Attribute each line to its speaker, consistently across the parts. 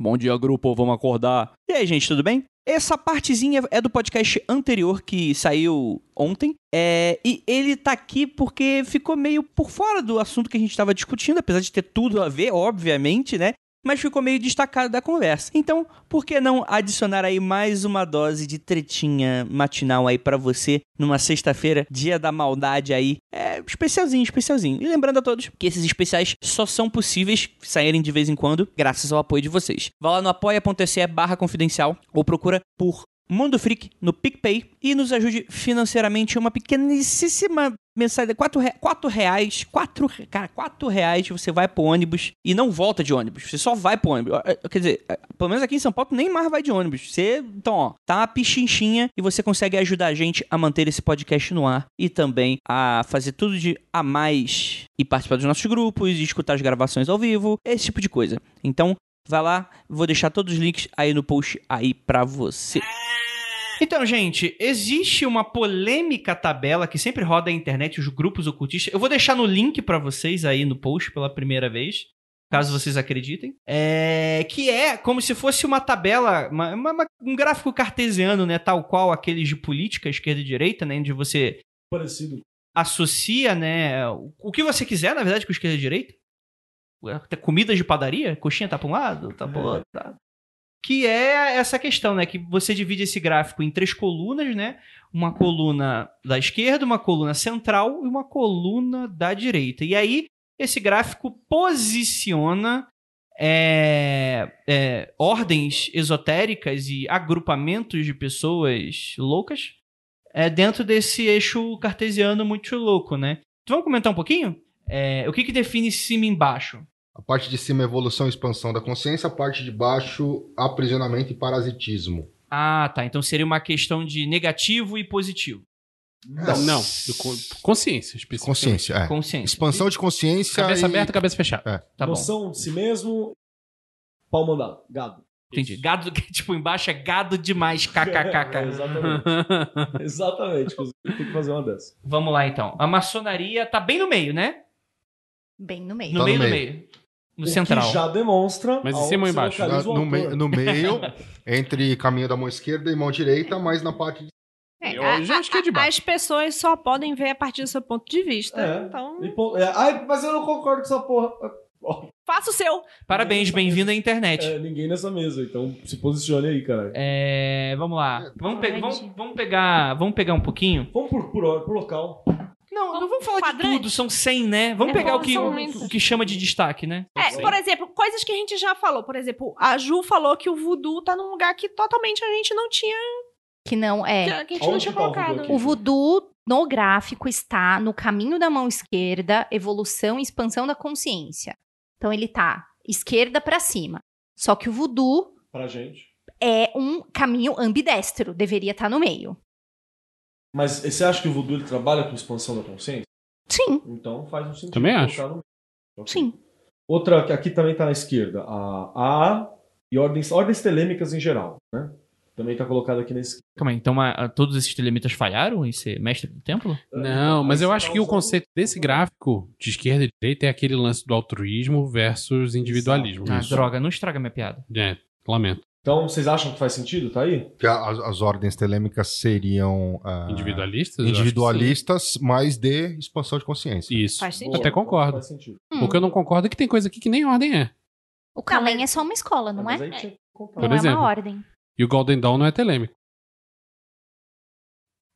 Speaker 1: Bom dia, grupo, vamos acordar. E aí, gente, tudo bem? Essa partezinha é do podcast anterior que saiu ontem. É, e ele tá aqui porque ficou meio por fora do assunto que a gente tava discutindo, apesar de ter tudo a ver, obviamente, né? Mas ficou meio destacado da conversa. Então, por que não adicionar aí mais uma dose de tretinha matinal aí pra você numa sexta-feira, dia da maldade aí? É especialzinho, especialzinho. E lembrando a todos que esses especiais só são possíveis saírem de vez em quando, graças ao apoio de vocês. Vá lá no apoia.se barra confidencial ou procura por Mundo Freak no PicPay e nos ajude financeiramente uma pequeníssima mensalidade, 4, re, quatro reais, 4, cara, 4 reais você vai pro ônibus e não volta de ônibus, você só vai pro ônibus. Eh, Quer dizer, eh, pelo menos aqui em São Paulo nem mais vai de ônibus. Você, então, ó, tá uma pichinchinha e você consegue ajudar a gente a manter esse podcast no ar e também a fazer tudo de a mais e participar dos nossos grupos, e escutar as gravações ao vivo, esse tipo de coisa. Então, vai lá, vou deixar todos os links aí no post aí pra você. Então, gente, existe uma polêmica tabela que sempre roda a internet, os grupos ocultistas. Eu vou deixar no link pra vocês aí no post pela primeira vez, caso vocês acreditem. É, que é como se fosse uma tabela, uma- uma- uma- um gráfico cartesiano, né? Tal qual aqueles de política, esquerda e direita, né? Onde você
Speaker 2: Parecido.
Speaker 1: associa, né? O o que você quiser, na verdade, com esquerda e direita. Até comidas de padaria, coxinha tá pra um lado, tá pro
Speaker 2: É.
Speaker 1: outro, tá. Que é essa questão, né? Que você divide esse gráfico em três colunas, né? Uma coluna da esquerda, uma coluna central e uma coluna da direita. E aí, esse gráfico posiciona é, é, ordens esotéricas e agrupamentos de pessoas loucas é, dentro desse eixo cartesiano muito louco, né? Então, vamos comentar um pouquinho? É, o que, que define cima e embaixo?
Speaker 3: A parte de cima, é evolução e expansão da consciência. A parte de baixo, aprisionamento e parasitismo.
Speaker 1: Ah, tá. Então seria uma questão de negativo e positivo.
Speaker 2: Não, não. do con- Consciência, especificamente.
Speaker 3: Consciência, é.
Speaker 1: Consciência.
Speaker 3: Expansão de consciência
Speaker 1: Cabeça
Speaker 3: e... É.
Speaker 1: aberta,
Speaker 2: Aberta, cabeça fechada.
Speaker 1: Tá bom.
Speaker 2: Noção de si mesmo, pau mandado, gado.
Speaker 1: Entendi. Gado, que, tipo, embaixo é gado demais.
Speaker 2: É,
Speaker 1: KKKK.
Speaker 2: exatamente. Exatamente. inclusive, Tem que fazer uma dessa.
Speaker 1: Vamos lá, então. A maçonaria tá bem no meio, né?
Speaker 4: Bem no meio.
Speaker 1: No
Speaker 3: Tá no
Speaker 1: meio do
Speaker 3: meio.
Speaker 1: meio. No
Speaker 2: O que
Speaker 1: central.
Speaker 2: já demonstra. Mas em aonde cima ou se
Speaker 3: Ah,
Speaker 2: localiza localiza o
Speaker 3: No,
Speaker 2: autor.
Speaker 3: me- no meio, entre caminho da mão esquerda e mão direita, mas na parte de...
Speaker 5: É,
Speaker 2: Eu
Speaker 5: a-
Speaker 2: já acho que é de
Speaker 5: a-
Speaker 2: baixo.
Speaker 5: As pessoas só podem ver a partir do seu ponto de vista.
Speaker 2: É.
Speaker 5: Então,
Speaker 2: E pô- é, Ai, mas eu não concordo com essa porra.
Speaker 5: faça o seu.
Speaker 1: Então, Parabéns, bem-vindo à internet.
Speaker 2: É, ninguém nessa mesa, então se posicione aí, cara.
Speaker 1: É, vamos lá. Vamos, pe-
Speaker 4: Pode.
Speaker 1: vamos- vamos pegar, vamos pegar um pouquinho.
Speaker 2: Vamos por, por, hora, por local.
Speaker 1: Não, não vamos falar de
Speaker 5: Quadrante.
Speaker 1: tudo, são 100, né? Vamos
Speaker 5: É,
Speaker 1: pegar o
Speaker 5: são
Speaker 1: que,
Speaker 5: muitos.
Speaker 1: o que chama de destaque, né?
Speaker 5: É,
Speaker 2: Sim.
Speaker 5: por exemplo, coisas que a gente já falou. Por exemplo, a Ju falou que o voodoo tá num lugar que totalmente a gente não tinha,
Speaker 4: Que não é.
Speaker 5: que a gente não
Speaker 2: Aonde
Speaker 5: tinha
Speaker 2: tá o voodoo
Speaker 5: colocado.
Speaker 2: aqui?
Speaker 4: O voodoo no gráfico está no caminho da mão esquerda, evolução e expansão da consciência. Então ele tá esquerda pra cima. Só que o voodoo
Speaker 2: Pra gente.
Speaker 4: é um caminho ambidestro, deveria estar no meio.
Speaker 2: Mas você acha que o voodoo ele trabalha com expansão da consciência?
Speaker 4: Sim,
Speaker 2: Então faz um sentido.
Speaker 6: Também
Speaker 2: colocar
Speaker 6: acho.
Speaker 2: no meio. Ok.
Speaker 4: sim.
Speaker 2: Outra que aqui também tá na esquerda, a A e ordens, ordens telêmicas em geral, né? Também tá colocado aqui na esquerda.
Speaker 1: Calma aí, então a- a- todos esses telemitas falharam em ser mestre do templo?
Speaker 6: Não, Então, mas
Speaker 2: Aí
Speaker 6: um eu
Speaker 2: você
Speaker 6: acho
Speaker 2: tá
Speaker 6: que o
Speaker 2: usando-
Speaker 6: conceito desse gráfico de esquerda e direita é aquele lance do altruísmo versus individualismo.
Speaker 1: Ah,
Speaker 6: Isso.
Speaker 1: droga, não estraga minha piada.
Speaker 6: É, lamento.
Speaker 2: Então, vocês acham que faz sentido? Tá aí?
Speaker 3: Que a- as, as ordens telêmicas seriam... ah,
Speaker 6: Individualistas? eu acho que
Speaker 3: Individualistas, mas de expansão de consciência.
Speaker 6: sim. Isso.
Speaker 5: Faz sentido.
Speaker 6: Eu Até concordo.
Speaker 2: Faz sentido.
Speaker 4: Hum.
Speaker 6: O que eu não concordo é que tem coisa aqui que nem ordem é.
Speaker 4: O Calém é só uma escola, não é?
Speaker 2: Mas aí tinha que contar.
Speaker 6: Por
Speaker 4: Não é
Speaker 6: exemplo.
Speaker 4: uma ordem.
Speaker 6: E o Golden Dawn não é telêmico.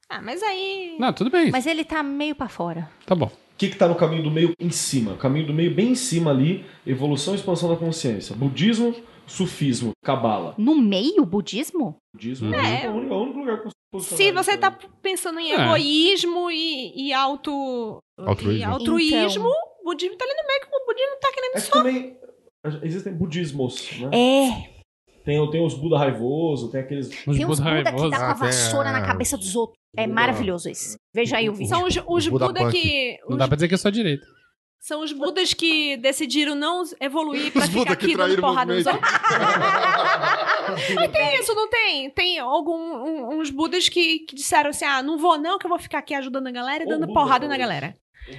Speaker 5: Ah, mas aí.
Speaker 6: Não, tudo bem.
Speaker 4: Mas ele tá meio pra fora.
Speaker 6: Tá bom.
Speaker 2: O que, que tá no caminho do meio em cima? O caminho do meio bem em cima ali, evolução e expansão da consciência. Budismo, sufismo, cabala.
Speaker 4: No meio, o budismo?
Speaker 6: Uhum.
Speaker 2: Budismo
Speaker 5: É.
Speaker 2: é o único, o único lugar que eu posso
Speaker 5: Se você
Speaker 2: né?
Speaker 5: tá pensando em
Speaker 6: É.
Speaker 5: egoísmo e, e auto.
Speaker 3: Altruísmo.
Speaker 5: E altruísmo,
Speaker 4: Então.
Speaker 5: o budismo tá ali no meio, que o budismo tá querendo.
Speaker 2: É que também existem budismos, né?
Speaker 4: É,
Speaker 2: Tem, tem os Buda raivoso, tem aqueles...
Speaker 6: Os
Speaker 4: tem uns
Speaker 6: Buda é
Speaker 4: Buda que
Speaker 6: raivosos.
Speaker 4: dá com a
Speaker 3: Ah, tem,
Speaker 4: vassoura na
Speaker 3: é,
Speaker 4: cabeça dos outros. É
Speaker 2: Buda-
Speaker 4: maravilhoso isso. Veja aí o vídeo.
Speaker 5: São os, os
Speaker 3: Buda
Speaker 5: Buda,
Speaker 3: punk.
Speaker 5: que.
Speaker 6: Não
Speaker 5: os-
Speaker 6: dá pra dizer que é só direita.
Speaker 5: São os Budas que decidiram não evoluir pra
Speaker 3: Os
Speaker 5: ficar
Speaker 3: Buda que
Speaker 5: aqui dando
Speaker 3: traíram o
Speaker 5: porrada nos
Speaker 3: movimento.
Speaker 5: outros. Mas tem isso, não tem? Tem algum, um- uns Budas que, que disseram assim: ah, não vou não, que eu vou ficar aqui ajudando a galera e
Speaker 2: Ô,
Speaker 5: dando
Speaker 2: Buda,
Speaker 5: porrada
Speaker 2: pô.
Speaker 5: na galera.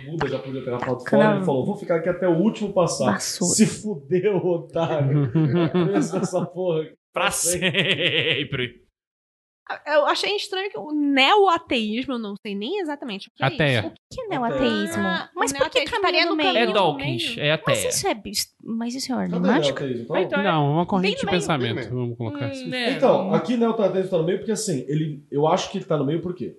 Speaker 2: O Buda já podia pegar a foto
Speaker 4: Bacana.
Speaker 2: fora ele falou: vou ficar aqui até o último passar.
Speaker 4: Vassoura.
Speaker 2: Se fudeu, otário.
Speaker 6: Uhum.
Speaker 2: Pensa nessa porra.
Speaker 6: pra sempre.
Speaker 5: Ah, Eu achei estranho que o neo-ateísmo, eu não sei nem exatamente o que é
Speaker 6: Ateia.
Speaker 5: isso.
Speaker 4: O que é neoateísmo?
Speaker 5: Ah,
Speaker 4: mas
Speaker 5: o
Speaker 4: por que
Speaker 5: neoateísmo estaria
Speaker 4: caminha no
Speaker 5: no
Speaker 4: meio?
Speaker 5: caminho.
Speaker 6: É
Speaker 5: no
Speaker 6: Dawkins,
Speaker 5: meio.
Speaker 6: é até.
Speaker 4: Mas isso é... bis- Mas isso é
Speaker 2: Cadê o
Speaker 4: organástico?
Speaker 2: ateísmo?
Speaker 6: Ah, então é- Não, uma corrente
Speaker 5: Bem
Speaker 6: de
Speaker 5: no meio,
Speaker 6: pensamento,
Speaker 3: bem no
Speaker 6: vamos colocar
Speaker 4: Hum.
Speaker 6: assim.
Speaker 2: Então, aqui né, o Tartesco tá no meio porque assim, ele, eu acho que ele tá no meio por quê?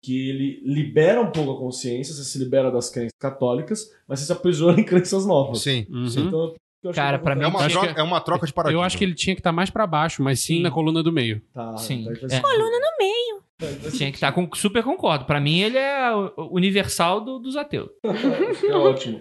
Speaker 2: Que ele libera um pouco a consciência, você se libera das crenças católicas, mas você se aprisiona em crenças novas.
Speaker 3: Sim,
Speaker 6: Uhum.
Speaker 3: sim.
Speaker 2: Então, eu acho
Speaker 1: Cara,
Speaker 2: que
Speaker 1: pra
Speaker 3: É
Speaker 1: mim-
Speaker 3: uma,
Speaker 6: Acho
Speaker 3: troca,
Speaker 6: que-
Speaker 3: é uma troca de paradigma.
Speaker 6: Eu acho que ele tinha que estar mais pra baixo, mas sim,
Speaker 1: Sim.
Speaker 6: na coluna do meio.
Speaker 2: Tá,
Speaker 1: Sim,
Speaker 2: tá,
Speaker 1: é.
Speaker 2: Coluna
Speaker 5: No meio.
Speaker 1: Tinha que estar com. Super concordo. Pra mim, ele é o- o universal do- dos ateus.
Speaker 2: É ótimo.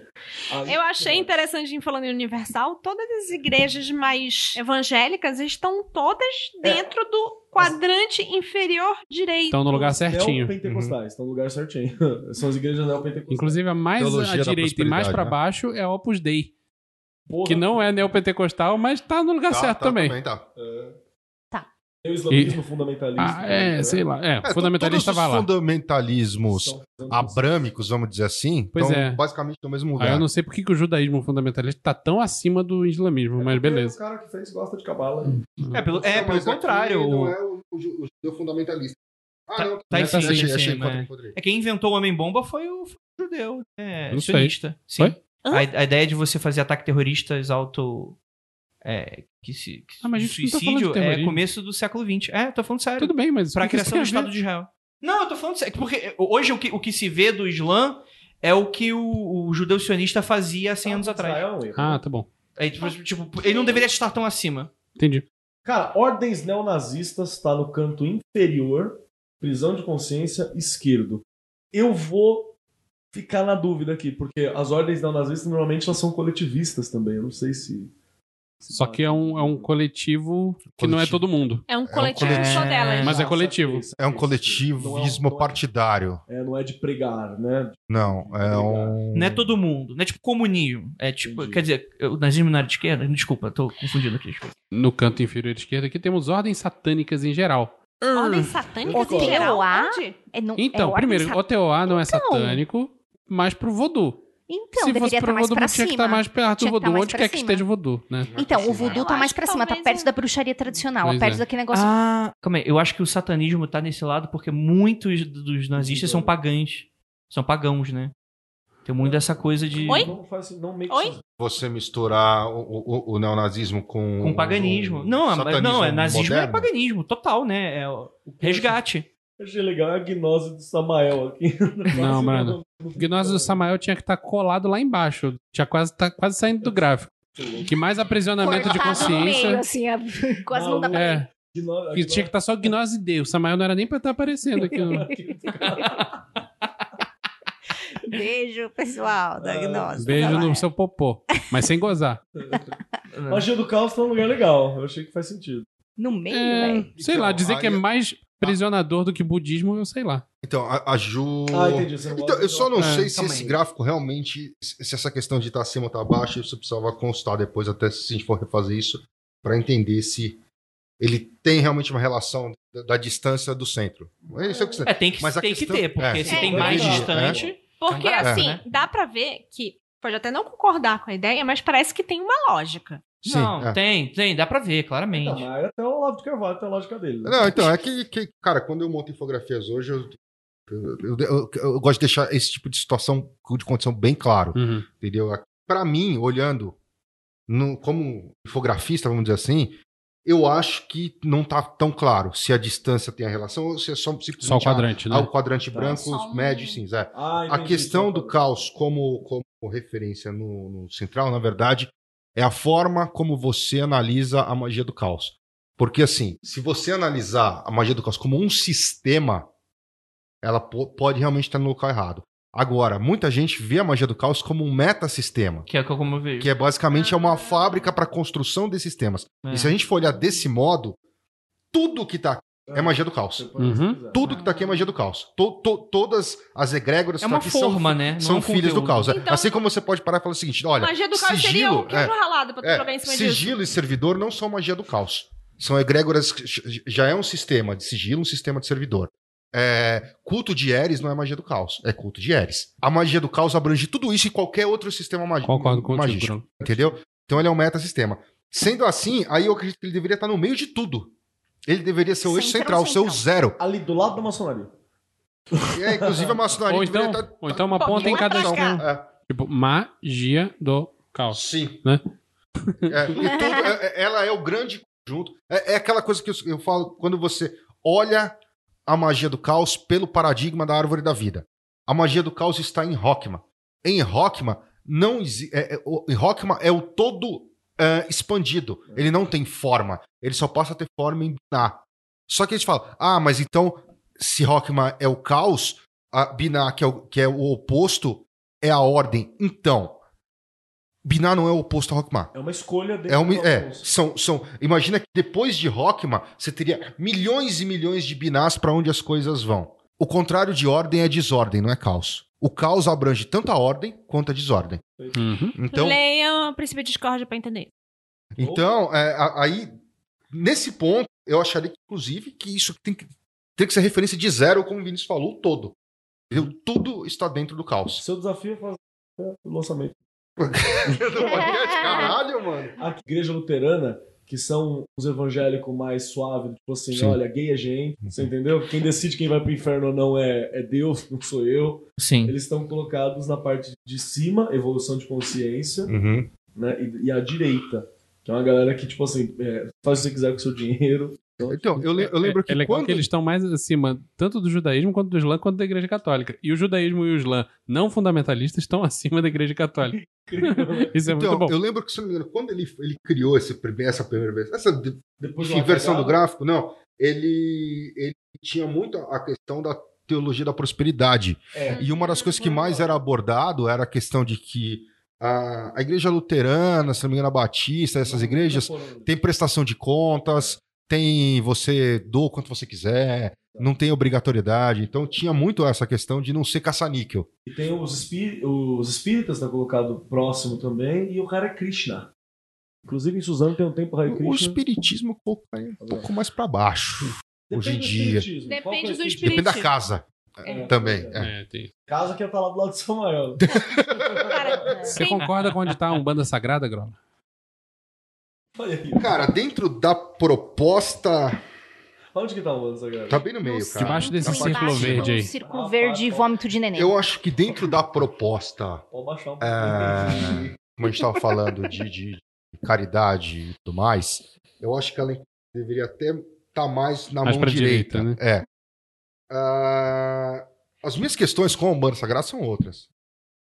Speaker 2: Aí-
Speaker 5: Eu achei interessante, falando em universal, todas as igrejas mais evangélicas estão todas dentro do quadrante inferior direito.
Speaker 6: Então, no lugar certinho. Uhum.
Speaker 2: Neopentecostais, estão tá no lugar certinho. São as igrejas neopentecostais.
Speaker 6: Inclusive, a mais
Speaker 3: Teologia
Speaker 6: à
Speaker 3: da
Speaker 6: direita e mais pra
Speaker 3: prosperidade, né?
Speaker 6: baixo é Opus Dei,
Speaker 2: Porra,
Speaker 6: que não é neopentecostal, mas tá no lugar
Speaker 3: Tá,
Speaker 6: certo
Speaker 3: tá,
Speaker 6: também.
Speaker 3: tá.
Speaker 2: é. Tem o islamismo fundamentalista. né?
Speaker 6: Ah, é, sei lá. É,
Speaker 3: É,
Speaker 6: fundamentalista
Speaker 3: todos os
Speaker 6: vai lá.
Speaker 3: fundamentalismos
Speaker 6: Ah,
Speaker 3: abrâmicos, vamos dizer assim,
Speaker 6: Pois
Speaker 3: estão
Speaker 6: é.
Speaker 3: basicamente no mesmo
Speaker 6: Aí
Speaker 3: lugar.
Speaker 6: eu não sei por que que o judaísmo fundamentalista tá tão acima do islamismo, mas beleza.
Speaker 2: O cara que fez gosta de cabala.
Speaker 1: É, pelo,
Speaker 3: Não,
Speaker 1: é,
Speaker 3: mas
Speaker 1: pelo
Speaker 3: aqui
Speaker 1: contrário.
Speaker 3: Não
Speaker 1: o-
Speaker 3: é o, o ju- o judeu fundamentalista. Ah,
Speaker 1: Tá-
Speaker 3: não.
Speaker 1: tá em cima,
Speaker 3: achei,
Speaker 1: em
Speaker 3: achei,
Speaker 1: cima,
Speaker 3: enquadrei,
Speaker 1: é.
Speaker 3: enquadrei.
Speaker 1: É quem inventou o homem-bomba foi o, foi o judeu, né?
Speaker 6: Não sei.
Speaker 1: Sionista. Sim.
Speaker 6: Foi?
Speaker 5: Hã?
Speaker 1: A, a ideia de você fazer ataque terroristas auto. É, que se, que
Speaker 6: Ah, mas a gente não tá falando de
Speaker 1: suicídio é
Speaker 6: terrorismo.
Speaker 1: começo do século XX. É, tô falando sério.
Speaker 6: Tudo bem, mas.
Speaker 1: Pra
Speaker 6: o que que isso
Speaker 1: criação do
Speaker 6: tem a ver?
Speaker 1: Estado de Israel. Não, eu tô falando sério. Porque hoje o que, o que se vê do Islã é o que o, o judeu sionista fazia há 100 anos atrás.
Speaker 2: Israel é um erro.
Speaker 6: Ah, tá bom.
Speaker 1: Aí, tipo, tipo, ele não deveria estar tão acima.
Speaker 6: Entendi.
Speaker 2: Cara, ordens neonazistas tá no canto inferior, prisão de consciência esquerdo. Eu vou ficar na dúvida aqui, porque as ordens neonazistas normalmente elas são coletivistas também. Eu não sei se. se
Speaker 6: Só que é um, é um coletivo que não é
Speaker 3: Coletivo.
Speaker 6: todo mundo.
Speaker 5: É um coletivo
Speaker 3: coletivo.
Speaker 5: só delas.
Speaker 6: Mas é coletivo.
Speaker 2: saquei, saquei,
Speaker 3: É um
Speaker 2: saquei.
Speaker 3: coletivismo
Speaker 2: Não é um-
Speaker 3: partidário.
Speaker 2: É, não é de pregar, né?
Speaker 3: Não, é
Speaker 6: Hum.
Speaker 3: um.
Speaker 1: Não é todo mundo. Não é tipo comunismo. É tipo.
Speaker 2: Entendi.
Speaker 1: Quer dizer, o nazismo não era de esquerda? Desculpa, tô confundindo aqui. desculpa.
Speaker 6: No canto inferior esquerdo aqui temos ordens satânicas em geral.
Speaker 5: Ordem satânica
Speaker 2: Opa.
Speaker 5: em geral?
Speaker 4: Teoá?
Speaker 5: Onde?
Speaker 4: É no- é
Speaker 6: Então,
Speaker 4: ordem Então.
Speaker 6: primeiro,
Speaker 4: sa-
Speaker 6: o TOA não é satânico, mas pro vodu.
Speaker 4: Então,
Speaker 6: Se
Speaker 4: deveria
Speaker 6: fosse
Speaker 4: estar
Speaker 6: pro
Speaker 4: mais
Speaker 6: vodu,
Speaker 4: pra
Speaker 6: tinha que
Speaker 4: cima.
Speaker 6: estar mais perto
Speaker 4: Tinha que tá
Speaker 6: do vodu,
Speaker 4: mais
Speaker 6: onde
Speaker 4: pra
Speaker 6: quer que
Speaker 4: cima.
Speaker 6: esteja o vodu, né?
Speaker 4: Então,
Speaker 3: é
Speaker 4: o voodoo
Speaker 5: Eu
Speaker 4: tá mais
Speaker 5: acho
Speaker 4: pra
Speaker 5: que
Speaker 4: cima, tá
Speaker 5: talvez
Speaker 4: perto
Speaker 5: é.
Speaker 4: da bruxaria tradicional, tá
Speaker 6: Pois
Speaker 4: perto
Speaker 6: é.
Speaker 4: daquele negócio.
Speaker 1: Ah, calma aí. Eu acho que o satanismo tá nesse lado porque muitos dos nazistas são pagãs. São pagãos, né? Tem muito dessa coisa de.
Speaker 5: Oi?
Speaker 2: Não faz, assim, não make
Speaker 5: Oi?
Speaker 2: sense.
Speaker 3: Você misturar o, o- o neonazismo com.
Speaker 1: Com paganismo.
Speaker 3: o
Speaker 1: Não, mas
Speaker 3: satanismo
Speaker 1: não, é nazismo é
Speaker 3: moderno.
Speaker 1: paganismo, total, né? É o
Speaker 2: O que eu
Speaker 1: resgate.
Speaker 2: achei- Achei legal é a gnose do Samael aqui. assim,
Speaker 6: Não,
Speaker 2: Quase
Speaker 6: mano. O Gnose do Samael tinha que estar colado lá embaixo. Tinha quase, tá quase saindo do gráfico. Que mais aprisionamento de
Speaker 4: Cortado no meio,
Speaker 6: consciência.
Speaker 4: assim, a- quase não, dá pra
Speaker 6: É,
Speaker 2: Gno- a
Speaker 6: que tinha que estar só Gnose D. O Samael não era nem pra estar aparecendo aqui. ó.
Speaker 4: Beijo, pessoal da
Speaker 2: Ah,
Speaker 4: Gnose.
Speaker 6: Beijo no seu popô. Mas sem gozar.
Speaker 3: É.
Speaker 2: Magia do Caos tá num lugar legal. Eu achei que faz sentido.
Speaker 4: No meio,
Speaker 6: É,
Speaker 4: velho.
Speaker 6: sei
Speaker 3: Então,
Speaker 6: lá, dizer que é
Speaker 3: aí-
Speaker 6: mais prisionador do que budismo, eu sei lá.
Speaker 3: Então, a, a Ju.
Speaker 2: Ah, entendi. Você
Speaker 3: Então, eu só não
Speaker 6: É,
Speaker 3: sei se
Speaker 1: calma
Speaker 3: esse
Speaker 1: aí.
Speaker 3: gráfico realmente, se se essa questão de estar acima ou estar abaixo, isso precisava constar depois, até se a gente for refazer isso, para entender se ele tem realmente uma relação da, da distância do centro. Isso é o que você-
Speaker 1: É, tem que,
Speaker 3: Mas a
Speaker 1: tem
Speaker 3: questão-
Speaker 1: que ter, porque
Speaker 3: é,
Speaker 1: se
Speaker 5: sim,
Speaker 1: tem
Speaker 5: é
Speaker 1: mais
Speaker 5: verdade,
Speaker 1: distante.
Speaker 5: Porque,
Speaker 1: É.
Speaker 5: assim,
Speaker 1: É.
Speaker 5: dá pra ver que... Pode até não concordar com a ideia, mas parece que tem uma lógica.
Speaker 1: Não,
Speaker 3: é. Então,
Speaker 1: tem, tem, dá pra ver,
Speaker 2: Tá,
Speaker 1: claramente.
Speaker 2: mas até o Olavo de Carvalho tem a lógica dele. né?
Speaker 3: Não, então, é que, que, cara, quando eu monto infografias hoje, eu, eu- eu- eu gosto de deixar esse tipo de situação, de condição bem claro,
Speaker 6: Uhum.
Speaker 3: entendeu? Para mim, olhando no- como infografista, vamos dizer assim, eu acho que não tá tão claro se a distância tem a relação ou se é só simplesmente
Speaker 6: Só o
Speaker 3: a-
Speaker 6: quadrante, né?
Speaker 3: Ah, o quadrante
Speaker 2: Tá.
Speaker 3: branco,
Speaker 5: Só um-
Speaker 3: médio e cinza. é.
Speaker 2: Ah,
Speaker 3: A
Speaker 1: então,
Speaker 2: entendi,
Speaker 3: questão
Speaker 2: só
Speaker 3: do
Speaker 1: tá.
Speaker 2: pra-
Speaker 3: caos como, como referência no, no central, na verdade, é a forma como você analisa a magia do caos. Porque, assim, se você analisar a magia do caos como um sistema, ela po- pode realmente estar no local errado. Agora, muita gente vê a magia do caos como um metasistema,
Speaker 1: Que é como eu vejo.
Speaker 3: que é basicamente é uma fábrica para construção de sistemas.
Speaker 1: Ah. É.
Speaker 3: E se a gente for olhar desse modo, tudo que tá aqui é magia do caos.
Speaker 2: Você pode
Speaker 6: Uhum.
Speaker 1: Ah.
Speaker 2: pesquisar.
Speaker 3: Tudo que tá aqui é magia do caos. To- to- todas as egrégoras tá
Speaker 1: É uma
Speaker 3: aqui
Speaker 1: forma, né? Não
Speaker 3: são, são
Speaker 1: é um
Speaker 3: filhas do
Speaker 1: conteúdo.
Speaker 3: caos. É,
Speaker 5: Então-
Speaker 3: assim como você pode parar e falar o seguinte: olha,
Speaker 5: Magia do caos seria
Speaker 3: sigilo,
Speaker 5: um queijo ralado pra tu
Speaker 3: é,
Speaker 5: jogar em cima disso.
Speaker 3: sigilo e servidor não são magia do caos. São egrégoras. que j- Já é um sistema de sigilo, um sistema de servidor. É, culto de Eris não é magia do caos, é culto de Eris. A magia do caos abrange tudo isso e qualquer outro sistema magi-
Speaker 6: Concordo com o
Speaker 3: magístico.
Speaker 6: Bruno.
Speaker 3: Entendeu? Então ele é um metasistema. Sendo assim, aí eu acredito que ele deveria estar no meio de tudo. Ele deveria ser o eixo
Speaker 4: Central,
Speaker 3: central, o seu zero.
Speaker 2: Ali do lado da maçonaria.
Speaker 3: É, inclusive a maçonaria
Speaker 6: Ou então,
Speaker 3: deveria estar.
Speaker 6: ou então uma
Speaker 5: Pô,
Speaker 6: ponta em
Speaker 5: uma
Speaker 6: cada
Speaker 5: pra cá.
Speaker 6: esquina. Tipo, magia do caos.
Speaker 3: Sim.
Speaker 6: Né?
Speaker 3: É, porque tudo- é- é- ela é o grande conjunto. É, é aquela coisa que eu, eu falo quando você olha a magia do caos pelo paradigma da árvore da vida. A magia do caos está em Rockman. Em Rockman não exi- é, é, o- em Rockman é o todo é, expandido. Ele não tem forma. Ele só passa a ter forma em Binar. Só que eles falam, ah, mas então se Rockman é o caos, a Binar que é o- que é o oposto é a ordem. Então, Binar não é o oposto a Rockman.
Speaker 2: É uma escolha dele.
Speaker 3: É uma, é, são, são, imagina que depois de Rockman, você teria milhões e milhões de binás para onde as coisas vão. O contrário de ordem é desordem, não é caos. O caos abrange tanto a ordem quanto a desordem.
Speaker 6: Uhum.
Speaker 3: Então,
Speaker 5: Leia o Príncipe de Discord pra entender.
Speaker 3: então é, a- aí, nesse ponto, eu acharia, que, inclusive, que isso tem que, tem que ser referência de zero, como o Vinícius falou, o todo. Entendeu? Tudo está dentro do caos.
Speaker 2: Seu desafio é fazer o lançamento.
Speaker 3: Caralho, mano.
Speaker 2: A igreja luterana, que são os evangélicos mais suaves, tipo assim,
Speaker 3: Sim.
Speaker 2: olha, gay é gente, você entendeu? Quem decide quem vai pro inferno ou não é, é Deus, não sou eu.
Speaker 1: Uhum.
Speaker 7: Sim.
Speaker 2: Eles estão colocados na parte de cima, evolução de consciência,
Speaker 3: Uhum.
Speaker 2: né? E, e a direita, que é uma galera que, tipo assim, é, faz o que você quiser com o seu dinheiro.
Speaker 3: Então, eu, le- eu lembro
Speaker 6: É-
Speaker 3: que
Speaker 6: é legal
Speaker 3: quando...
Speaker 6: que eles estão mais acima tanto do judaísmo quanto do islã quanto da igreja católica. E o judaísmo e o islã não fundamentalistas estão acima da igreja católica. Isso é
Speaker 3: Então,
Speaker 6: muito bom.
Speaker 3: eu lembro que, se não me engano, quando ele, ele criou esse, prime- essa primeira vez, essa de-
Speaker 2: Depois de uma
Speaker 3: inversão do
Speaker 2: cagada,
Speaker 3: gráfico, não, ele, ele tinha muito a questão da teologia da prosperidade.
Speaker 2: É.
Speaker 3: E uma das coisas
Speaker 6: Uhum.
Speaker 3: que mais era abordado era a questão de que a, a igreja luterana, se não me engano, a batista,
Speaker 6: Uhum.
Speaker 3: essas igrejas,
Speaker 2: Tá
Speaker 3: tem prestação de contas, tem você doa o quanto você quiser, não tem obrigatoriedade. Então tinha muito essa questão de não ser caça-níquel.
Speaker 2: E tem os, espí... os espíritas, tá colocado próximo também, e o cara é Krishna. Inclusive em Suzano tem um tempo Hare
Speaker 3: O
Speaker 2: Krishna.
Speaker 3: espiritismo coloca ele um pouco mais para baixo. hoje em
Speaker 2: do
Speaker 3: dia.
Speaker 2: espiritismo. Qual
Speaker 5: Depende
Speaker 2: que é o
Speaker 5: do
Speaker 2: espiritismo?
Speaker 3: Depende da casa
Speaker 2: É.
Speaker 3: também. é.
Speaker 6: É, tem-
Speaker 2: Casa que ia falar do lado de Samael. É.
Speaker 5: Cara,
Speaker 6: Você
Speaker 5: tem-
Speaker 6: concorda com onde está a Umbanda Sagrada, Grola?
Speaker 2: Olha aí.
Speaker 3: Cara, dentro da proposta.
Speaker 2: Onde que tá o Anza, galera?
Speaker 3: Tá bem no meio,
Speaker 4: Nossa,
Speaker 3: cara. Tá
Speaker 6: Debaixo desse
Speaker 3: Na parte
Speaker 6: círculo
Speaker 3: de cima.
Speaker 6: verde aí.
Speaker 4: Círculo verde e vômito de neném.
Speaker 3: Eu acho que dentro da proposta,
Speaker 2: Pode baixar um pouquinho.
Speaker 3: É. como a gente estava falando de, de caridade e tudo mais, eu acho que ela deveria até estar mais na
Speaker 6: Mais
Speaker 3: mão
Speaker 6: pra
Speaker 3: direita.
Speaker 6: direita,
Speaker 3: É.
Speaker 6: né?
Speaker 3: Ah, as minhas questões com a Umbanda Sagrada são outras.